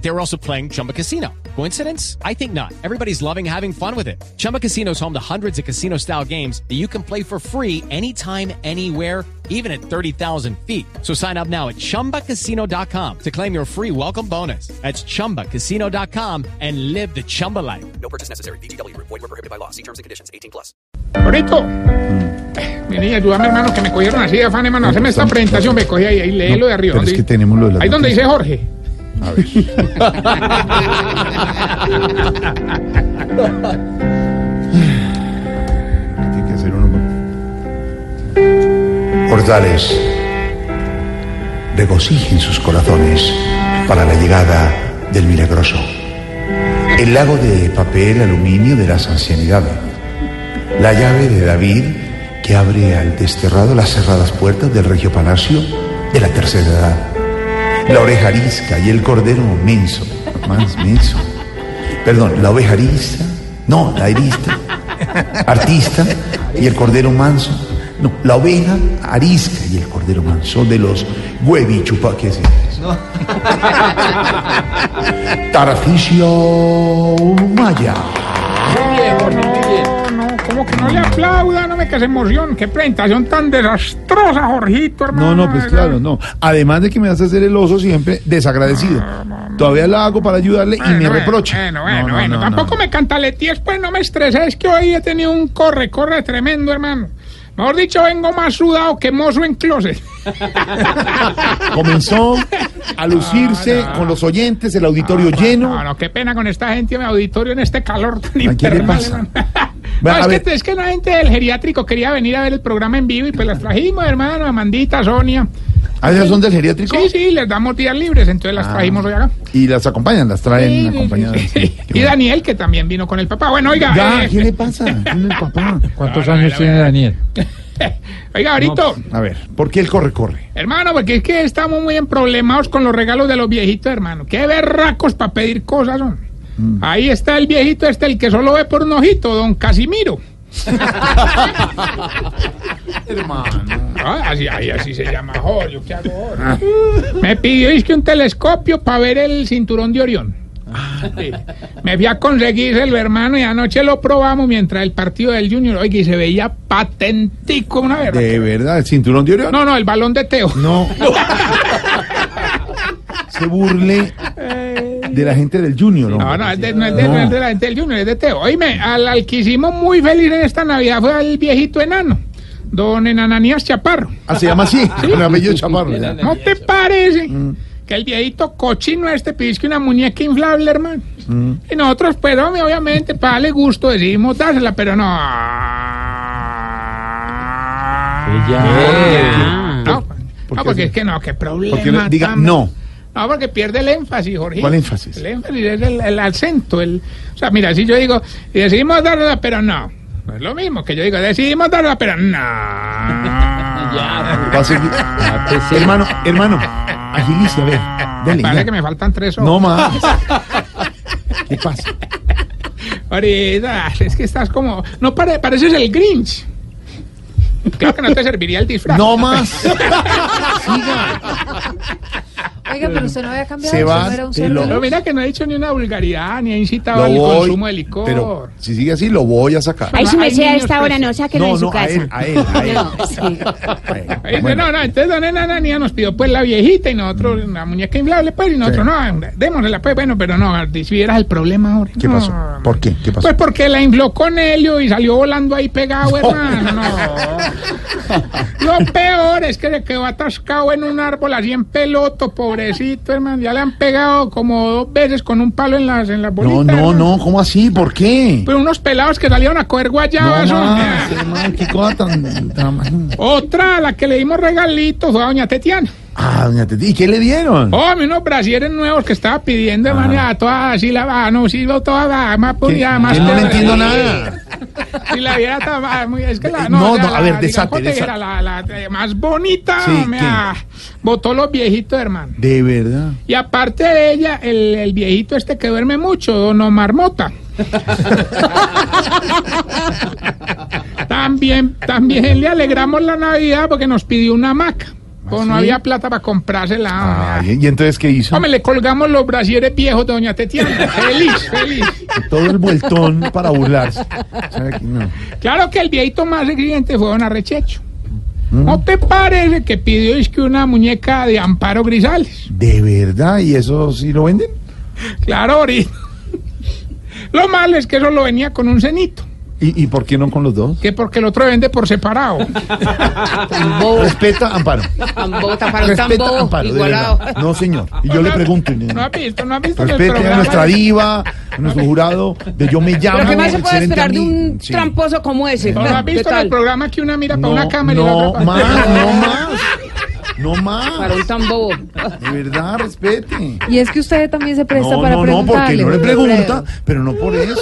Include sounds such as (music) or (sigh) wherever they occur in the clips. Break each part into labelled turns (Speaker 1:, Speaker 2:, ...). Speaker 1: They were also playing Chumba Casino. Coincidence? I think not. Everybody's loving having fun with it. Chumba Casino is home to hundreds of casino style games that you can play for free anytime, anywhere even at 30,000 feet. So sign up now at ChumbaCasino.com to claim your free welcome bonus. That's ChumbaCasino.com and live the Chumba life.
Speaker 2: No purchase necessary. BGW. Void were prohibited by law. See terms and conditions. 18 plus.
Speaker 3: Lorito, eh, vení, ayúdame, hermano, que me cogieron así de afán, hermano. Haceme esta presentación, me cogí ahí, ahí léelo de arriba.
Speaker 4: Pero es
Speaker 3: ¿dónde-
Speaker 4: que tenemos lo de las
Speaker 3: ahí donde dice
Speaker 4: noticias.
Speaker 3: Jorge.
Speaker 4: Tiene que hacer uno con-
Speaker 5: Portales, regocijen sus corazones para la llegada del milagroso. El lago de papel aluminio de las ancianidades. La llave de David que abre al desterrado las cerradas puertas del regio palacio de la tercera edad. La oreja arisca y el cordero menso. Más menso. Perdón, la oveja arista. No, la arista. Artista y el cordero manso. No, la oveja arisca y el cordero manso de los huevi chupa. ¿Qué es eso? Tarcisio Maya.
Speaker 3: No, no, como que no le aplauda, no me que se emoción. Qué presentación tan desastrosa, Jorgito, hermano.
Speaker 4: No, no, pues claro, no. Además de que me hace hacer el oso siempre desagradecido. Todavía la hago para ayudarle y me
Speaker 3: Bueno,
Speaker 4: reprocha.
Speaker 3: Bueno,
Speaker 4: No,
Speaker 3: bueno,
Speaker 4: no,
Speaker 3: bueno.
Speaker 4: no,
Speaker 3: Tampoco
Speaker 4: no.
Speaker 3: me cantaletíes, pues no me estreses. Es que hoy he tenido un corre, corre tremendo, hermano. Mejor dicho, vengo más sudado que mozo en closet. (laughs)
Speaker 4: Comenzó a lucirse con los oyentes, el
Speaker 3: Ah,
Speaker 4: auditorio
Speaker 3: No,
Speaker 4: lleno.
Speaker 3: no, qué pena con esta gente en mi auditorio en este calor tan
Speaker 4: Ay, ¿qué le
Speaker 3: infernal.
Speaker 4: pasa?
Speaker 3: hermano.
Speaker 4: Va,
Speaker 3: No,
Speaker 4: a
Speaker 3: es,
Speaker 4: ver.
Speaker 3: que, es que la gente del geriátrico quería venir a ver el programa en vivo y pues las trajimos, hermano, Amandita, Sonia.
Speaker 4: ¿A esas son del geriátrico?
Speaker 3: Sí, sí, les damos días libres, entonces
Speaker 4: Ah,
Speaker 3: las trajimos hoy acá.
Speaker 4: Y las acompañan, las traen acompañadas. sí. Qué
Speaker 3: Y
Speaker 4: bueno.
Speaker 3: Daniel, que también vino con el papá. Bueno, oiga,
Speaker 4: Ya,
Speaker 3: eh,
Speaker 4: ¿qué le
Speaker 3: (laughs)
Speaker 4: pasa? Tiene el papá.
Speaker 6: ¿Cuántos años tiene Daniel?
Speaker 3: oiga, ahorita,
Speaker 4: A ver, ¿por qué él corre, corre?
Speaker 3: hermano, porque es que estamos muy emproblemados con los regalos de los viejitos, hermano. Qué berracos para pedir cosas, son. Ahí está el viejito este, el que solo ve por un ojito, don Casimiro.
Speaker 4: Hermano.
Speaker 3: Ah, así, ay, así se llama Jorge, ¿yo ¿qué hago ahora? Me pidió es que un telescopio para ver el cinturón de Orión. Sí. Me fui a conseguírselo, hermano, y anoche lo probamos mientras el partido del Junior, oiga, y se veía patentico, una verdad.
Speaker 4: De verdad, el cinturón de Orión.
Speaker 3: No, no, el balón de Teo. (laughs)
Speaker 4: No. Se burle de la gente del Junior.
Speaker 3: No,
Speaker 4: hombre.
Speaker 3: Ah, no, es de, no es de, no es de la gente del Junior, es de Teo. Oíme, al, al que hicimos muy feliz en esta Navidad fue al viejito enano, don Enananías Chaparro.
Speaker 4: Ah, se llama así. Con apellido Chaparro. ya.
Speaker 3: ¿No te parece que el viejito cochino este pidiste una muñeca inflable, hermano? Y nosotros, pues, hombre, obviamente, para darle gusto, decidimos dársela, pero no.
Speaker 6: ya.
Speaker 3: No,
Speaker 4: ¿Por
Speaker 3: no,
Speaker 4: qué
Speaker 3: porque
Speaker 4: así?
Speaker 3: es que no, qué problema.
Speaker 4: Porque no- diga
Speaker 3: tan-
Speaker 4: no.
Speaker 3: No, porque pierde el énfasis, Jorge.
Speaker 4: ¿Cuál énfasis?
Speaker 3: El énfasis es el, el acento. El, o sea, mira, si yo digo, decidimos dársela, pero no. No es lo mismo que yo digo, decidimos dársela, pero no.
Speaker 4: Va a seguir.
Speaker 3: Ah,
Speaker 4: Hermano, hermano, agilice, a ver. Dale,
Speaker 3: pues Parece
Speaker 4: ya.
Speaker 3: que me faltan tres horas.
Speaker 4: No
Speaker 3: (laughs)
Speaker 4: más. ¿Qué pasa?
Speaker 3: Ahorita, es que estás como. No pare- pareces el Grinch. Claro que no te serviría el disfraz.
Speaker 4: No más.
Speaker 7: Oiga, pero usted no había cambiado.
Speaker 4: Se
Speaker 7: usted
Speaker 4: va,
Speaker 7: no era un
Speaker 4: te lo-
Speaker 7: cerdo.
Speaker 3: Pero mira que no he dicho ni una vulgaridad, ni he incitado
Speaker 4: Lo
Speaker 3: al
Speaker 4: voy-
Speaker 3: consumo de licor.
Speaker 4: Pero si sigue así, lo voy a sacar.
Speaker 3: Ay,
Speaker 8: Ay,
Speaker 3: su
Speaker 8: su
Speaker 3: merced,
Speaker 8: merced
Speaker 3: a
Speaker 8: a
Speaker 3: esta
Speaker 8: esta
Speaker 3: hora
Speaker 8: hora
Speaker 3: no,
Speaker 8: no, sáquenlo
Speaker 4: No,
Speaker 8: en su
Speaker 4: no, a
Speaker 8: casa.
Speaker 4: él, a él, a él.
Speaker 8: No, sí.
Speaker 4: A él.
Speaker 3: Ahí dice,
Speaker 4: Bueno,
Speaker 3: No, no, entonces don Enanania nos pidió pues la viejita y nosotros la muñeca inflable, pues, y nosotros no, démosela, pues, bueno, pero no, si vieras el problema ahora.
Speaker 4: ¿Qué
Speaker 3: no.
Speaker 4: pasó? ¿Por qué? ¿Qué pasó?
Speaker 3: Pues porque la infló con helio y salió volando ahí pegado, hermano.
Speaker 4: (laughs)
Speaker 3: No. Lo peor es que se quedó atascado en un árbol así en peloto, pobrecito, hermano. Ya le han pegado como dos veces con un palo en las, en las
Speaker 4: No,
Speaker 3: bolitas.
Speaker 4: no,
Speaker 3: hermano.
Speaker 4: no, ¿cómo así? ¿Por qué?
Speaker 3: pues, Pero unos pelados que salieron a coger
Speaker 4: No
Speaker 3: guayabas.
Speaker 4: más,
Speaker 3: hombre.
Speaker 4: hermano, qué cosa tan... tan-
Speaker 3: Otra a la que le dimos regalitos fue a doña Tetiana.
Speaker 4: Ah, doña Teti, ¿y qué le dieron?
Speaker 3: Oh, mi, unos brasieres nuevos que estaba pidiendo,
Speaker 4: Ah.
Speaker 3: hermano, ya toda así la va, no, sí, lo- toda la más
Speaker 4: Que-
Speaker 3: ponía más.
Speaker 4: que no le
Speaker 3: toda-
Speaker 4: entiendo nada. Eh,
Speaker 3: Si la viera tan ah, muy- es que la
Speaker 4: No,
Speaker 3: o sea,
Speaker 4: no,
Speaker 3: la-
Speaker 4: a ver,
Speaker 3: digamos,
Speaker 4: desate,
Speaker 3: que
Speaker 4: desate.
Speaker 3: era la, la, eh, más bonita,
Speaker 4: Sí,
Speaker 3: me
Speaker 4: ¿quién?
Speaker 3: ah, botó los viejitos, hermano.
Speaker 4: De verdad.
Speaker 3: Y aparte de ella, el, el viejito
Speaker 4: (laughs)
Speaker 3: este que duerme mucho, Don Omar Mota. también, también le alegramos la Navidad porque nos pidió una hamaca. Pues no había plata para comprársela.
Speaker 4: Ah,
Speaker 3: hombre.
Speaker 4: ¿y, y entonces qué hizo?
Speaker 3: Hombre, le colgamos los brasieres viejos de doña
Speaker 4: (laughs)
Speaker 3: Tetiana. Feliz, feliz.
Speaker 4: Todo el vueltón
Speaker 3: (laughs)
Speaker 4: para burlarse. O sea, que no.
Speaker 3: Claro que el viejito más exigente fue don Arrechecho.
Speaker 4: Mm.
Speaker 3: ¿No te parece que pidió es que una muñeca de Amparo Grisales?
Speaker 4: ¿De verdad? ¿Y eso sí lo venden?
Speaker 3: Claro, ahorita. Lo malo es que eso lo venía con un cenito,
Speaker 4: ¿Y, y por qué no con los dos?
Speaker 3: que porque el otro vende por separado.
Speaker 4: Respeta Amparo.
Speaker 7: Tan bobo, tan paro, tan
Speaker 4: Respeta
Speaker 7: bobo,
Speaker 4: Amparo. de
Speaker 7: igualado.
Speaker 4: verdad. No, señor. Y yo le pregunto. y-
Speaker 3: No ha visto, no ha visto que el
Speaker 4: Respete a
Speaker 3: programa-
Speaker 4: nuestra diva, a nuestro jurado de Yo Me Llamo.
Speaker 6: Pero ¿qué más se puede
Speaker 4: excelente
Speaker 6: esperar de un
Speaker 4: ami- sí.
Speaker 6: tramposo como ese?
Speaker 3: No ha
Speaker 6: ¿Qué
Speaker 3: visto en
Speaker 6: tal?
Speaker 3: el programa que una mira para
Speaker 4: No,
Speaker 3: una cámara y la
Speaker 4: no
Speaker 3: otra para
Speaker 4: más,
Speaker 3: (laughs)
Speaker 4: no más. No
Speaker 6: Para
Speaker 4: más.
Speaker 6: un tan bobo.
Speaker 4: De verdad, respete.
Speaker 7: Y es que usted también se presta
Speaker 4: No,
Speaker 7: para
Speaker 4: no, no, porque
Speaker 7: preguntarle.
Speaker 4: no le
Speaker 7: don
Speaker 4: pregunta,
Speaker 7: Alfredo.
Speaker 4: pero no por eso.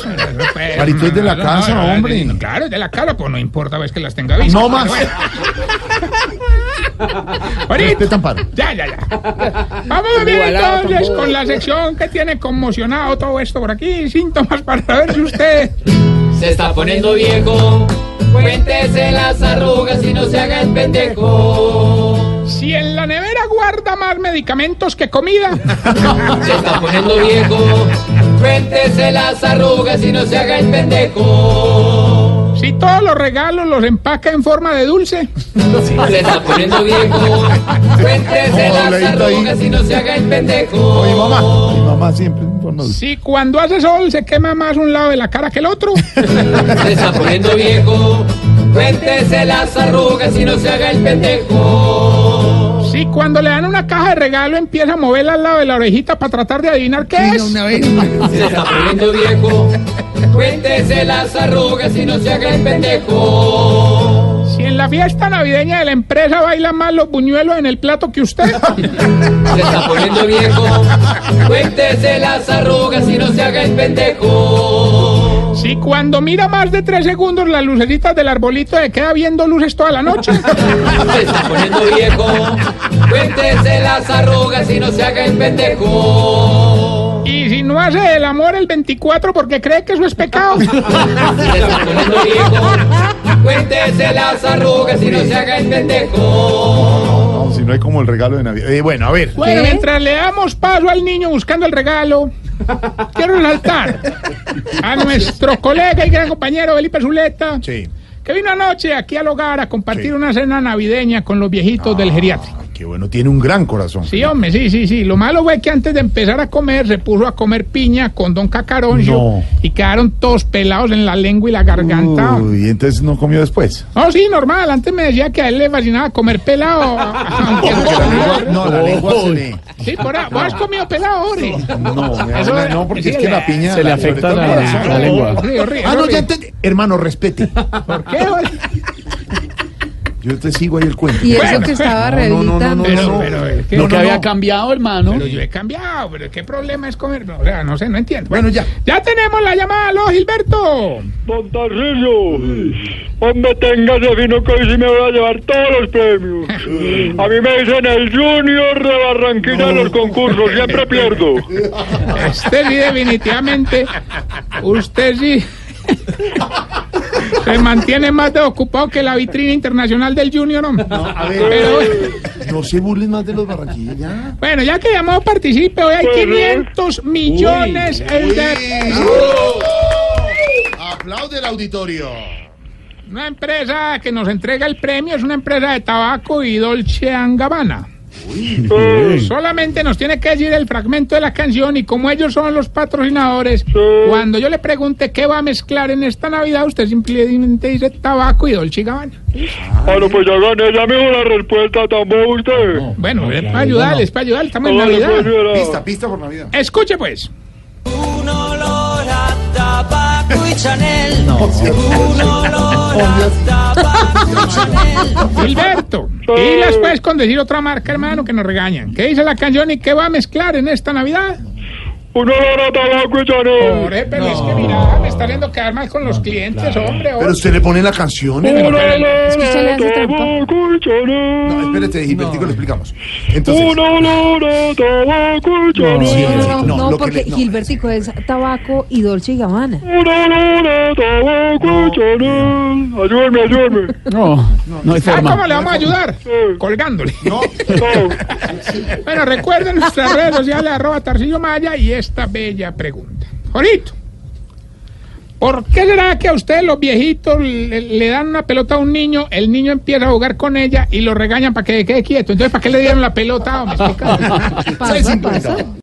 Speaker 3: Pues,
Speaker 4: Marito es de la casa, hombre.
Speaker 3: Claro, es de la casa, pues no importa, ves que las tenga vistas.
Speaker 4: No más.
Speaker 3: Ahorita.
Speaker 4: Respeta Amparo.
Speaker 3: Ya, ya, ya. Vamos a ver
Speaker 6: Igualado,
Speaker 3: entonces
Speaker 6: tampoco.
Speaker 3: con la sección que tiene conmocionado todo esto por aquí. Síntomas para ver si usted.
Speaker 8: Se está poniendo viejo. Cuéntese las arrugas y no se haga el pendejo.
Speaker 3: Si en la nevera guarda más medicamentos que comida.
Speaker 8: Se está poniendo viejo. Cuéntese las arrugas y no se haga el pendejo.
Speaker 3: Si todos los regalos los empaca en forma de dulce.
Speaker 8: Se está poniendo viejo. Cuéntese
Speaker 4: Como
Speaker 8: las
Speaker 4: dobladito ahí.
Speaker 8: arrugas y no se haga el
Speaker 4: Oye,
Speaker 8: pendejo.
Speaker 4: mamá. Mi mamá siempre me informa de usted.
Speaker 3: Si cuando hace sol se quema más un lado de la cara que el otro.
Speaker 8: Se está poniendo viejo. Cuéntese las arrugas y no se haga el pendejo.
Speaker 3: Si cuando le dan una caja de regalo empieza a moverla al lado de la orejita para tratar de adivinar qué es.
Speaker 8: Se está poniendo viejo. Cuéntese las arrugas y no se haga el pendejo.
Speaker 3: Si en la fiesta navideña de la empresa bailan más los buñuelos en el plato que usted.
Speaker 8: Se está poniendo viejo. Cuéntese las arrugas y no se haga el pendejo.
Speaker 3: Si cuando mira más de tres segundos las lucecitas del arbolito le queda viendo luces toda la noche.
Speaker 8: Se está poniendo viejo. Cuéntese las arrugas y no se haga el pendejo.
Speaker 3: Y si no hace el amor el 24 porque cree que eso es pecado.
Speaker 8: Se está poniendo viejo. Cuéntese las arrugas y no se haga el pendejo.
Speaker 4: (laughs) No, si no hay como el regalo de Navidad. Eh, bueno, a ver.
Speaker 3: Bueno, mientras le damos paso al niño buscando el regalo, quiero resaltar a nuestro colega y gran compañero Felipe Zuleta,
Speaker 4: Sí.
Speaker 3: que vino anoche aquí al hogar a compartir
Speaker 4: Sí. Ah.
Speaker 3: una cena navideña con los viejitos del geriátrico.
Speaker 4: Ay, qué bueno, tiene un gran corazón.
Speaker 3: Sí, hombre, sí, sí, sí. Lo malo fue que antes de empezar a comer se puso a comer piña con don Cacaroncio
Speaker 4: No.
Speaker 3: y quedaron todos pelados en la lengua y la garganta.
Speaker 4: Uy, entonces no comió después.
Speaker 3: No, sí, normal. Antes me decía que a él le fascinaba comer
Speaker 4: (laughs)
Speaker 3: pelado. aunque-
Speaker 4: No, la lengua se le.
Speaker 3: Sí, por ahí. ¿Vos has comido pelado, hombre?
Speaker 4: No,
Speaker 3: Eso
Speaker 4: no,
Speaker 3: es-
Speaker 4: no, porque
Speaker 3: sí,
Speaker 4: es que la piña
Speaker 9: se le
Speaker 4: la-
Speaker 9: afecta
Speaker 4: sobre todo el
Speaker 9: la-
Speaker 4: corazón.
Speaker 9: la lengua.
Speaker 3: Río, río,
Speaker 4: Ah, no,
Speaker 3: río.
Speaker 4: ya entendí. Hermano, respete.
Speaker 3: ¿Por qué, hombre?
Speaker 4: Yo te sigo ahí el cuento.
Speaker 7: Y eso
Speaker 3: Bueno,
Speaker 7: que estaba
Speaker 4: no, no, no, no,
Speaker 7: rehabilitando.
Speaker 3: Pero,
Speaker 4: no.
Speaker 3: pero, es que-
Speaker 4: No,
Speaker 9: Lo que
Speaker 4: no,
Speaker 9: había
Speaker 4: no.
Speaker 9: cambiado, hermano.
Speaker 3: Pero yo he cambiado, pero ¿qué problema es comer? No, O sea, no sé, no entiendo.
Speaker 4: Bueno, ya.
Speaker 3: Ya tenemos la llamada, ¿no, Gilberto?
Speaker 10: Don Tarrillo, hombre, tenga ese vino que hoy sí me voy a llevar todos los
Speaker 3: (laughs)
Speaker 10: premios. A mí me dicen el Junior de Barranquilla en los concursos, siempre pierdo.
Speaker 3: Este sí, definitivamente. Usted sí. Se mantiene más de ocupado que la vitrina internacional del Junior, hombre.
Speaker 4: A
Speaker 3: Pero,
Speaker 4: ver, no se burlen más de los barranquillos, ya.
Speaker 3: bueno, ya que llamó, participe. Hoy hay 500 millones en de
Speaker 4: Aplaude el auditorio.
Speaker 3: Una empresa que nos entrega el premio es una empresa de tabaco y Dolce and Gabbana. Solamente nos tiene que decir el fragmento de la canción y como ellos son los patrocinadores, cuando yo le pregunte qué va a mezclar en esta Navidad, usted simplemente dice tabaco y Dolce y Gabbana.
Speaker 10: Bueno, pues ya gané, ya me dio la respuesta, tampoco usted.
Speaker 3: Bueno, es para ayudarle, es para ayudar, estamos en
Speaker 10: Ahora le puedo
Speaker 3: Navidad.
Speaker 10: ayudar a-
Speaker 4: Pista, pista por Navidad.
Speaker 3: Escuche pues.
Speaker 8: Un olor a tabaco y Chanel.
Speaker 7: Oh,
Speaker 3: Gilberto. Y las puedes con decir otra marca, hermano, que nos regañan. ¿Qué dice la canción y qué va a mezclar en esta Navidad?
Speaker 10: Un olor a tabaco y chanel.
Speaker 3: Pobre, pero es que mira, me está haciendo quedar mal con los clientes, hombre.
Speaker 5: Pero
Speaker 3: hombre.
Speaker 5: usted le pone la canción.
Speaker 10: Un
Speaker 5: ¿eh?
Speaker 10: olor
Speaker 7: que usted le
Speaker 10: a
Speaker 7: hace trampa.
Speaker 10: tabaco y chanel.
Speaker 5: No, espérate, Gilbertico, le explicamos. Entonces,
Speaker 10: Un olor a tabaco y
Speaker 5: sí,
Speaker 10: chanel.
Speaker 5: Gilbertico,
Speaker 7: No, no,
Speaker 5: lo que
Speaker 7: porque
Speaker 5: le- no.
Speaker 7: Gilbertico es tabaco y Dolce y Gabbana.
Speaker 10: Un olor a tabaco y chanel.
Speaker 3: (laughs)
Speaker 10: Ayúdenme, ayúdenme.
Speaker 6: No, no hay
Speaker 3: Ah, ¿cómo
Speaker 6: forma.
Speaker 3: le vamos a ayudar? Colgándole.
Speaker 10: Eh, Chao.
Speaker 3: Bueno, recuerden nuestras redes sociales, arroba Tarcillo Maya y esta bella pregunta. Jorito, ¿por qué será que a ustedes los viejitos le, le dan una pelota a un niño, el niño empieza a jugar con ella y lo regañan para que quede quieto? Entonces, ¿para qué le dieron la pelota? hombre? Explícame.
Speaker 7: Pasa, pasa.